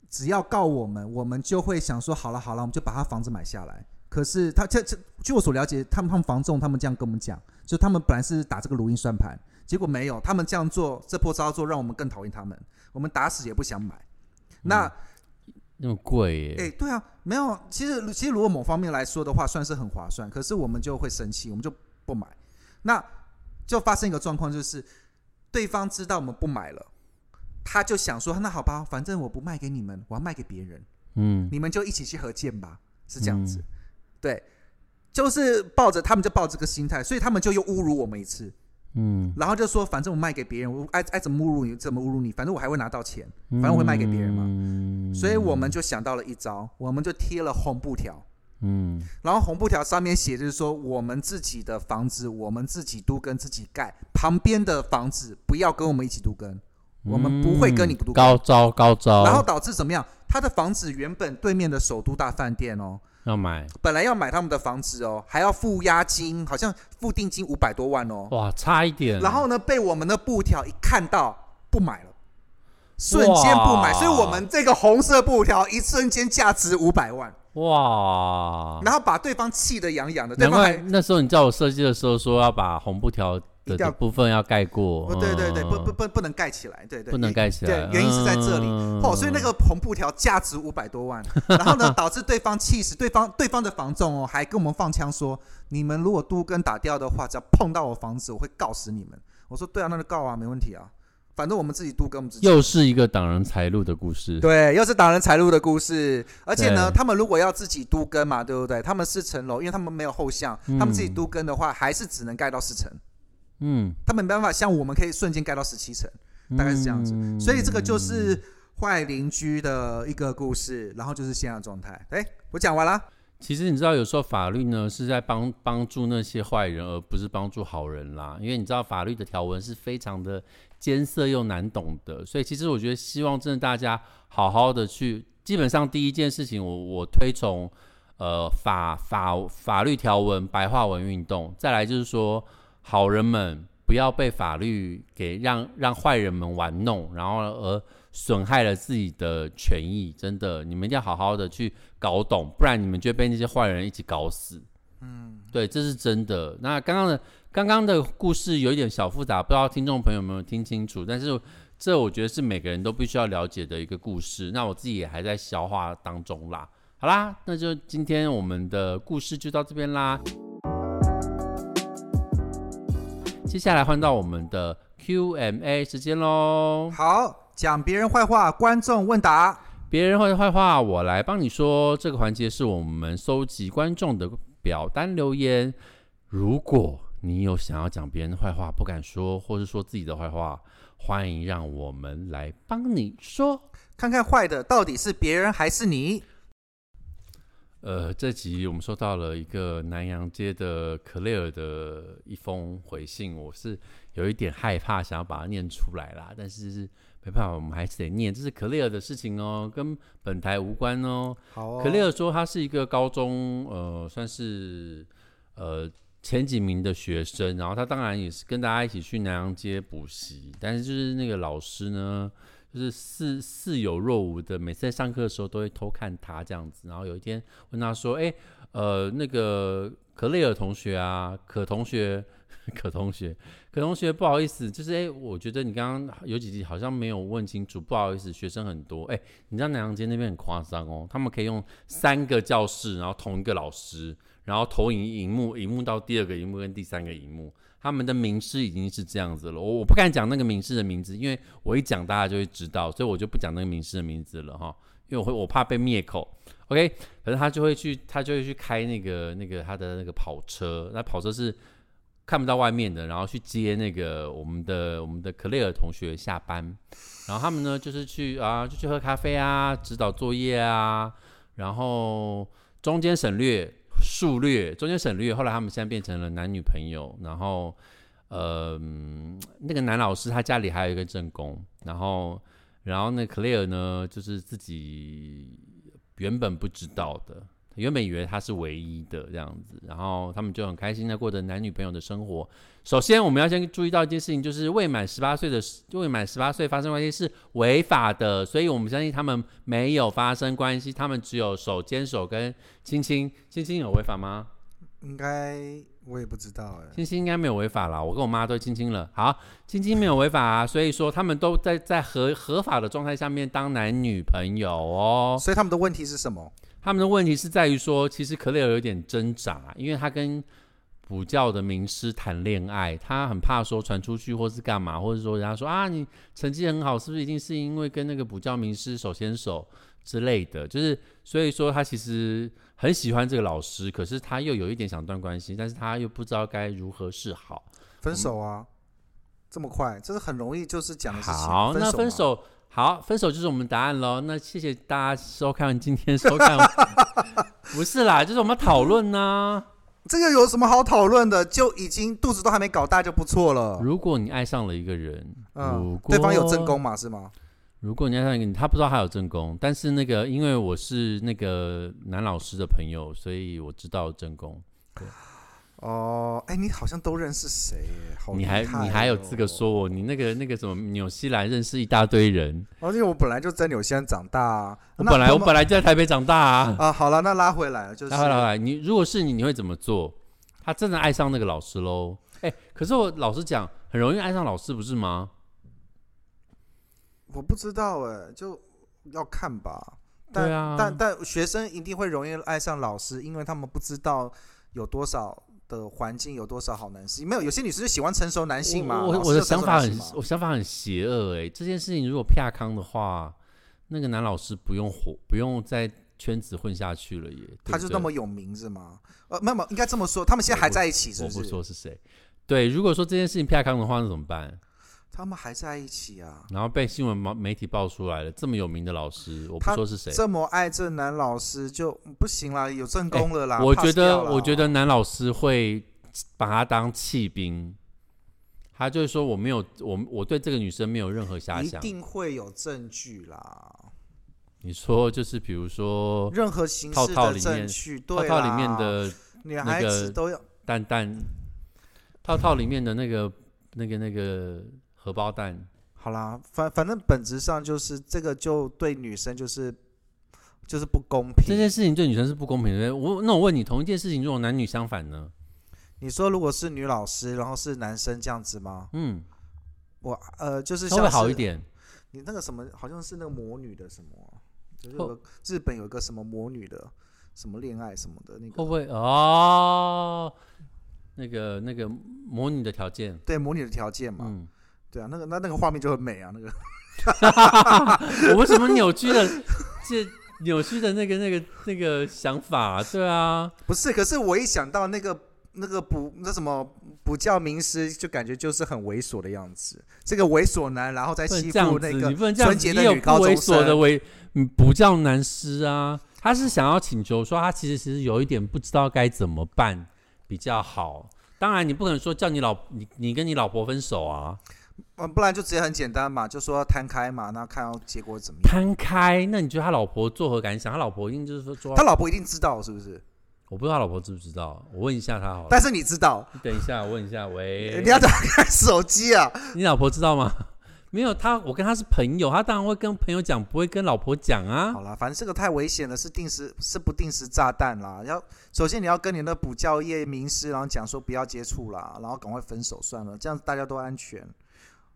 [SPEAKER 1] 只要告我们，我们就会想说好了好了，我们就把他房子买下来。可是他这这，据我所了解，他们他们房仲他们这样跟我们讲，就他们本来是打这个如意算盘，结果没有，他们这样做这波操作让我们更讨厌他们，我们打死也不想买。那
[SPEAKER 2] 那么贵
[SPEAKER 1] 哎、
[SPEAKER 2] 耶，
[SPEAKER 1] 对啊，没有，其实其实如果某方面来说的话，算是很划算，可是我们就会生气，我们就不买。那就发生一个状况，就是对方知道我们不买了，他就想说，那好吧，反正我不卖给你们，我要卖给别人，
[SPEAKER 2] 嗯，
[SPEAKER 1] 你们就一起去合建吧，是这样子。
[SPEAKER 2] 嗯
[SPEAKER 1] 对，就是抱着他们就抱这个心态，所以他们就又侮辱我们一次，
[SPEAKER 2] 嗯，
[SPEAKER 1] 然后就说，反正我卖给别人，我爱爱怎么侮辱你怎么侮辱你，反正我还会拿到钱，反正我会卖给别人
[SPEAKER 2] 嗯
[SPEAKER 1] 嘛。
[SPEAKER 2] 嘛
[SPEAKER 1] 所以我们就想到了一招，我们就贴了红布条，
[SPEAKER 2] 嗯，
[SPEAKER 1] 然后红布条上面写就是说我们自己的房子，我们自己都跟自己盖，旁边的房子不要跟我们一起都跟，我们不会跟你
[SPEAKER 2] 嗯
[SPEAKER 1] 独
[SPEAKER 2] 高招嗯高招，
[SPEAKER 1] 然后导致怎么样？他的房子原本对面的首都大饭店哦，
[SPEAKER 2] 要买
[SPEAKER 1] 本来要买他们的房子哦，还要付押金，好像付定金五百多万哦，
[SPEAKER 2] 哇，差一点，
[SPEAKER 1] 然后呢被我们的布条一看到不买了。瞬间不买，
[SPEAKER 2] 哇
[SPEAKER 1] 所以我们这个红色布条一瞬间价值五百万，
[SPEAKER 2] 哇，
[SPEAKER 1] 然后把对方气得痒痒的，对
[SPEAKER 2] 难
[SPEAKER 1] 方
[SPEAKER 2] 怪
[SPEAKER 1] 还
[SPEAKER 2] 那时候你叫我设计的时候说要把红布条
[SPEAKER 1] 一定
[SPEAKER 2] 的
[SPEAKER 1] 要
[SPEAKER 2] 的部分要盖过
[SPEAKER 1] 不，对对对，
[SPEAKER 2] 嗯
[SPEAKER 1] 不不不不能盖起来，对对，
[SPEAKER 2] 不能盖起来，
[SPEAKER 1] 对，原因是在这里。
[SPEAKER 2] 嗯
[SPEAKER 1] 哦，所以那个红布条价值五百多万，然后 呢，导致对方气死，对方对方的房仲哦，还跟我们放枪说，你们如果都跟打掉的话，只要碰到我房子，我会告死你们。我说对啊，那就告啊，没问题啊，反正我们自己都跟我们自己。
[SPEAKER 2] 又是一个挡人财路的故事，
[SPEAKER 1] 对，又是挡人财路的故事。而且呢，
[SPEAKER 2] 对
[SPEAKER 1] 他们如果要自己都跟嘛，对不对？他们四层楼，因为他们没有后巷，他们自己
[SPEAKER 2] 嗯
[SPEAKER 1] 都跟的话，还是只能盖到四层。
[SPEAKER 2] 嗯
[SPEAKER 1] 他们没办法像我们可以瞬间盖到十七层，大概是这样子。所以这个就是坏邻居的一个故事，然后就是现在的状态。哎、我讲完了。
[SPEAKER 2] 其实你知道，有时候法律呢是在帮帮助那些坏人，而不是帮助好人啦。因为你知道，法律的条文是非常的艰涩又难懂的，所以其实我觉得，希望真的大家好好的去。基本上第一件事情我，我推崇呃法法法律条文白话文运动。再来就是说，好人们不要被法律给让让坏人们玩弄，然后而损害了自己的权益。真的，你们一定要好好的去搞懂，不然你们就会被那些坏人一起搞死。嗯，对，这是真的。那刚刚的刚刚的故事有一点小复杂，不知道听众朋友们有没有听清楚，但是这我觉得是每个人都必须要了解的一个故事。那我自己也还在消化当中啦。好啦，那就今天我们的故事就到这边啦。接下来换到我们的 Q&A 时间喽。
[SPEAKER 1] 好，讲别人坏话，观众问答。
[SPEAKER 2] 别人会坏话，我来帮你说。这个环节是我们收集观众的表单留言。如果你有想要讲别人的坏话不敢说，或是说自己的坏话，欢迎让我们来帮你说。
[SPEAKER 1] 看看坏的到底是别人还是你？
[SPEAKER 2] 呃，这集我们收到了一个南洋街的克雷尔的一封回信，我是有一点害怕，想要把它念出来啦，但是没办法，我们还是得念。这是克雷尔的事情哦，跟本台无关哦。
[SPEAKER 1] 好哦
[SPEAKER 2] 可雷尔说他是一个高中，呃，算是呃前几名的学生，然后他当然也是跟大家一起去南洋街补习，但是就是那个老师呢，就是似似有若无的，每次在上课的时候都会偷看他这样子，然后有一天问他说，哎、呃，那个可雷尔同学啊，可同学。 可同学，可同学，不好意思，就是哎、我觉得你刚刚有几集好像没有问清楚，不好意思，学生很多，哎、你知道南洋街那边很夸张哦，他们可以用三个教室，然后同一个老师，然后投影荧幕，荧幕到第二个荧幕跟第三个荧幕，他们的名师已经是这样子了。我我不敢讲那个名师的名字，因为我一讲大家就会知道，所以我就不讲那个名师的名字了哈，因为我会我怕被灭口。OK，反正他就会去，他就会去开那个那个他的那个跑车，那跑车是看不到外面的，然后去接那个我们的我们的克雷尔同学下班。然后他们呢，就是去啊，就去喝咖啡啊，指导作业啊，然后中间省略数略，中间省略。后来他们现在变成了男女朋友，然后呃，嗯那个男老师他家里还有一个正宫，然后然后那克莱尔呢，就是自己原本不知道的。原本以为他是唯一的这样子，然后他们就很开心的过着男女朋友的生活。首先，我们要先注意到一件事情，就是未满十八岁的未满十八岁发生关系是违法的，所以我们相信他们没有发生关系，他们只有手牵手跟亲亲。亲亲有违法吗？
[SPEAKER 1] 应该我也不知道哎、
[SPEAKER 2] 亲亲应该没有违法啦，我跟我妈都亲亲了。好，亲亲没有违法、啊，所以说他们都在在合合法的状态下面当男女朋友哦。
[SPEAKER 1] 所以他们的问题是什么？
[SPEAKER 2] 他们的问题是在于说，其实克雷尔有点挣扎，因为他跟补教的名师谈恋爱，他很怕说传出去或是干嘛，或者说人家说啊，你成绩很好，是不是一定是因为跟那个补教名师手牵手之类的？就是所以说他其实很喜欢这个老师，可是他又有一点想断关系，但是他又不知道该如何是好。
[SPEAKER 1] 分手
[SPEAKER 2] 嗯
[SPEAKER 1] 啊，这么快，这是很容易就是讲的事情。
[SPEAKER 2] 好，那
[SPEAKER 1] 分
[SPEAKER 2] 分
[SPEAKER 1] 手嘛。
[SPEAKER 2] 手。好，分手就是我们答案喽。那谢谢大家收看今天收看， 不是啦，就是我们讨论呢、
[SPEAKER 1] 这个有什么好讨论的？就已经肚子都还没搞大就不错了。
[SPEAKER 2] 如果你爱上了一个人，如
[SPEAKER 1] 啊嗯，
[SPEAKER 2] 果
[SPEAKER 1] 对方有正，宫嘛，是吗？
[SPEAKER 2] 如果你爱上一个人，他不知道他有正宫，但是那个因为我是那个男老师的朋友，所以我知道正宫。
[SPEAKER 1] 哦，哎，你好像都认识谁耶？好、啊哦
[SPEAKER 2] 你还你还有资格？说我？你那个那个什么纽西兰认识一大堆人，
[SPEAKER 1] 而且我本来就在纽西兰长大、啊，
[SPEAKER 2] 我
[SPEAKER 1] 那
[SPEAKER 2] 本来
[SPEAKER 1] 他
[SPEAKER 2] 我
[SPEAKER 1] 们
[SPEAKER 2] 本来就在台北长大啊。
[SPEAKER 1] 啊，好了，那拉回来了， 就是
[SPEAKER 2] 来来来，你如果是你，你会怎么做？他真的爱上那个老师喽？哎、可是我老实讲，很容易爱上老师，不是吗？
[SPEAKER 1] 我不知道哎，就要看吧。但、
[SPEAKER 2] 对啊，
[SPEAKER 1] 但但学生一定会容易爱上老师，因为他们不知道有多少的环境，有多少好男性。没有，有些女生就喜欢成熟男性嘛。
[SPEAKER 2] 我
[SPEAKER 1] 老
[SPEAKER 2] 我
[SPEAKER 1] 师
[SPEAKER 2] 我的
[SPEAKER 1] 就成
[SPEAKER 2] 想
[SPEAKER 1] 熟
[SPEAKER 2] 法
[SPEAKER 1] 男性
[SPEAKER 2] 很
[SPEAKER 1] 嘛，
[SPEAKER 2] 我想法很邪恶哎、这件事情如果啪康的话，那个男老师不用活，不用在圈子混下去了耶。对不
[SPEAKER 1] 他就
[SPEAKER 2] 对
[SPEAKER 1] 那么有名是吗？呃，没有，没有应该这么说，他们现在还在一起是
[SPEAKER 2] 我
[SPEAKER 1] 是？
[SPEAKER 2] 不说是谁。对，如果说这件事情啪康的话，那怎么办？
[SPEAKER 1] 他们还在一起啊。
[SPEAKER 2] 然后被新闻媒媒体爆出来了，这么有名的老师，我不
[SPEAKER 1] 他
[SPEAKER 2] 说是谁，
[SPEAKER 1] 这么爱这男老师就不行啦，有正宫了啦。
[SPEAKER 2] 哎我
[SPEAKER 1] pass
[SPEAKER 2] 觉得
[SPEAKER 1] 掉，啦
[SPEAKER 2] 我觉得男老师会把他当弃兵，他就是说我没有，我我对这个女生没有任何遐
[SPEAKER 1] 一
[SPEAKER 2] 想。
[SPEAKER 1] 定会有证据啦，
[SPEAKER 2] 你说就是比如说
[SPEAKER 1] 任何形
[SPEAKER 2] 套
[SPEAKER 1] 式
[SPEAKER 2] 套
[SPEAKER 1] 的
[SPEAKER 2] 里
[SPEAKER 1] 证
[SPEAKER 2] 面
[SPEAKER 1] 据，
[SPEAKER 2] 套
[SPEAKER 1] 对
[SPEAKER 2] 哦套里
[SPEAKER 1] 啦
[SPEAKER 2] 面的
[SPEAKER 1] 女孩子
[SPEAKER 2] 个
[SPEAKER 1] 都要
[SPEAKER 2] 蛋蛋，套套里面的那个那个那个荷包蛋，
[SPEAKER 1] 好啦，反反正本质上就是这个，就对女生就是就是不公
[SPEAKER 2] 这
[SPEAKER 1] 平。
[SPEAKER 2] 件事情对女生是不公平的。我那我问你，同一件事情如果男女相反呢？
[SPEAKER 1] 你说如果是女老师，然后是男生这样子吗？
[SPEAKER 2] 嗯，
[SPEAKER 1] 我呃，就是
[SPEAKER 2] 稍
[SPEAKER 1] 像
[SPEAKER 2] 微好
[SPEAKER 1] 是
[SPEAKER 2] 一。点。
[SPEAKER 1] 你那个什么，好像是那个魔女的什么啊，就是
[SPEAKER 2] 后
[SPEAKER 1] 有个日本有一个什么魔女的什么恋爱什么的那
[SPEAKER 2] 会不
[SPEAKER 1] 个，
[SPEAKER 2] 会哦？那个那个模拟的条件，
[SPEAKER 1] 对魔女的条件嘛，
[SPEAKER 2] 嗯，
[SPEAKER 1] 对啊，那个那那个画面就很美啊，那个
[SPEAKER 2] 我为什么扭曲的这扭曲的那个那个那个想法、对啊，
[SPEAKER 1] 不是，可是我一想到那个。那个补那什么补教名师，就感觉就是很猥琐的样子。这个猥琐男，然后再
[SPEAKER 2] 不能
[SPEAKER 1] 哎欺
[SPEAKER 2] 这样
[SPEAKER 1] 负
[SPEAKER 2] 子，
[SPEAKER 1] 那个
[SPEAKER 2] 你不能这样
[SPEAKER 1] 纯
[SPEAKER 2] 子，
[SPEAKER 1] 洁
[SPEAKER 2] 也
[SPEAKER 1] 的
[SPEAKER 2] 有
[SPEAKER 1] 女
[SPEAKER 2] 不
[SPEAKER 1] 高
[SPEAKER 2] 猥
[SPEAKER 1] 中
[SPEAKER 2] 琐的
[SPEAKER 1] 生。
[SPEAKER 2] 猥，嗯不叫男师啊，他是想要请求说，他其实其实有一点不知道该怎么办比较好。当然，你不可能说叫你老你你跟你老婆分手啊，
[SPEAKER 1] 嗯，不然就直接很简单嘛，就说摊开嘛，那看到结果怎么样。
[SPEAKER 2] 摊开。那你觉得他老婆作何感想？他老婆一定就是说说，
[SPEAKER 1] 他老婆一定知道是不是？
[SPEAKER 2] 我不知道他老婆知不知道，我问一下他好了。
[SPEAKER 1] 但是你知道，
[SPEAKER 2] 你等一下，我问一下，喂，
[SPEAKER 1] 你要打开手机啊。
[SPEAKER 2] 你老婆知道吗？没有，他我跟他是朋友，他当然会跟朋友讲，不会跟老婆讲啊
[SPEAKER 1] 好。啦，反正这个太危险了，是定时是不定时炸弹啦。要首先你要跟你的补教业名师，然后讲说不要接触啦，然后赶快分手算了，这样大家都安全。
[SPEAKER 2] 你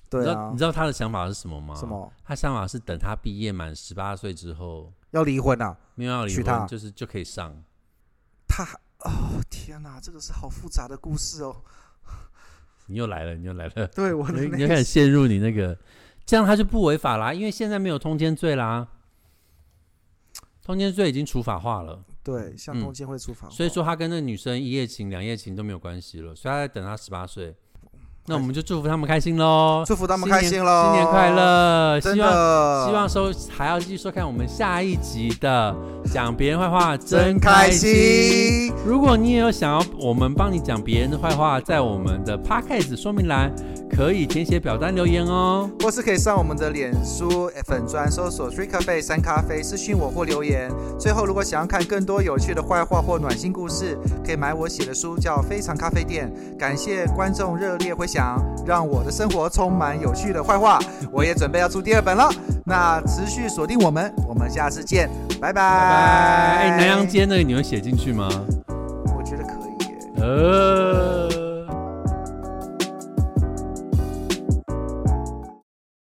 [SPEAKER 1] 对
[SPEAKER 2] 知道
[SPEAKER 1] 啊
[SPEAKER 2] 你，知道他啊的想法是什么吗？
[SPEAKER 1] 什？么
[SPEAKER 2] 他想法是等他毕业满十八岁之后，
[SPEAKER 1] 要离婚啊？
[SPEAKER 2] 没有要离
[SPEAKER 1] 娶她
[SPEAKER 2] 婚，就是就可以上。
[SPEAKER 1] 他哦天哪，这个是好复杂的故事哦。
[SPEAKER 2] 你又来了，你又来了，
[SPEAKER 1] 对我的
[SPEAKER 2] 你你
[SPEAKER 1] 那
[SPEAKER 2] 又开始陷入你那个，这样他就不违法啦，因为现在没有通奸罪啦，通奸罪已经处法化了，
[SPEAKER 1] 对像
[SPEAKER 2] 嗯
[SPEAKER 1] 通奸会哦处罚、
[SPEAKER 2] 所以说他跟那个女生一夜情、两夜情都没有关系了，所以他在等他十八岁。那我们就祝福他们开心喽，
[SPEAKER 1] 祝福他们开心喽，
[SPEAKER 2] 新年快，乐！
[SPEAKER 1] 真
[SPEAKER 2] 希望
[SPEAKER 1] 的，
[SPEAKER 2] 希望收还要继续收看我们下一集的讲别人坏话真
[SPEAKER 1] 真
[SPEAKER 2] 开
[SPEAKER 1] 开
[SPEAKER 2] 心。
[SPEAKER 1] 心。
[SPEAKER 2] 如果你也有想要我们帮你讲别人的坏话，在我们的 podcast 说明栏可以填写表单留言哦。
[SPEAKER 1] 或是可以上我们的脸书粉专搜索 Three Cafe 三咖啡私讯我或留言。最后，如果想要看更多有趣的坏话或暖心故事，可以买我写的书叫《非常咖啡店》。感谢观众热烈回响，让我的生活充满有趣的坏话。我也准备要出第二本了，那持续锁定我们，我们下次见，拜拜。
[SPEAKER 2] 拜拜。哎，南洋街那个你会写进去吗？
[SPEAKER 1] 我觉得可以耶。
[SPEAKER 2] 呃。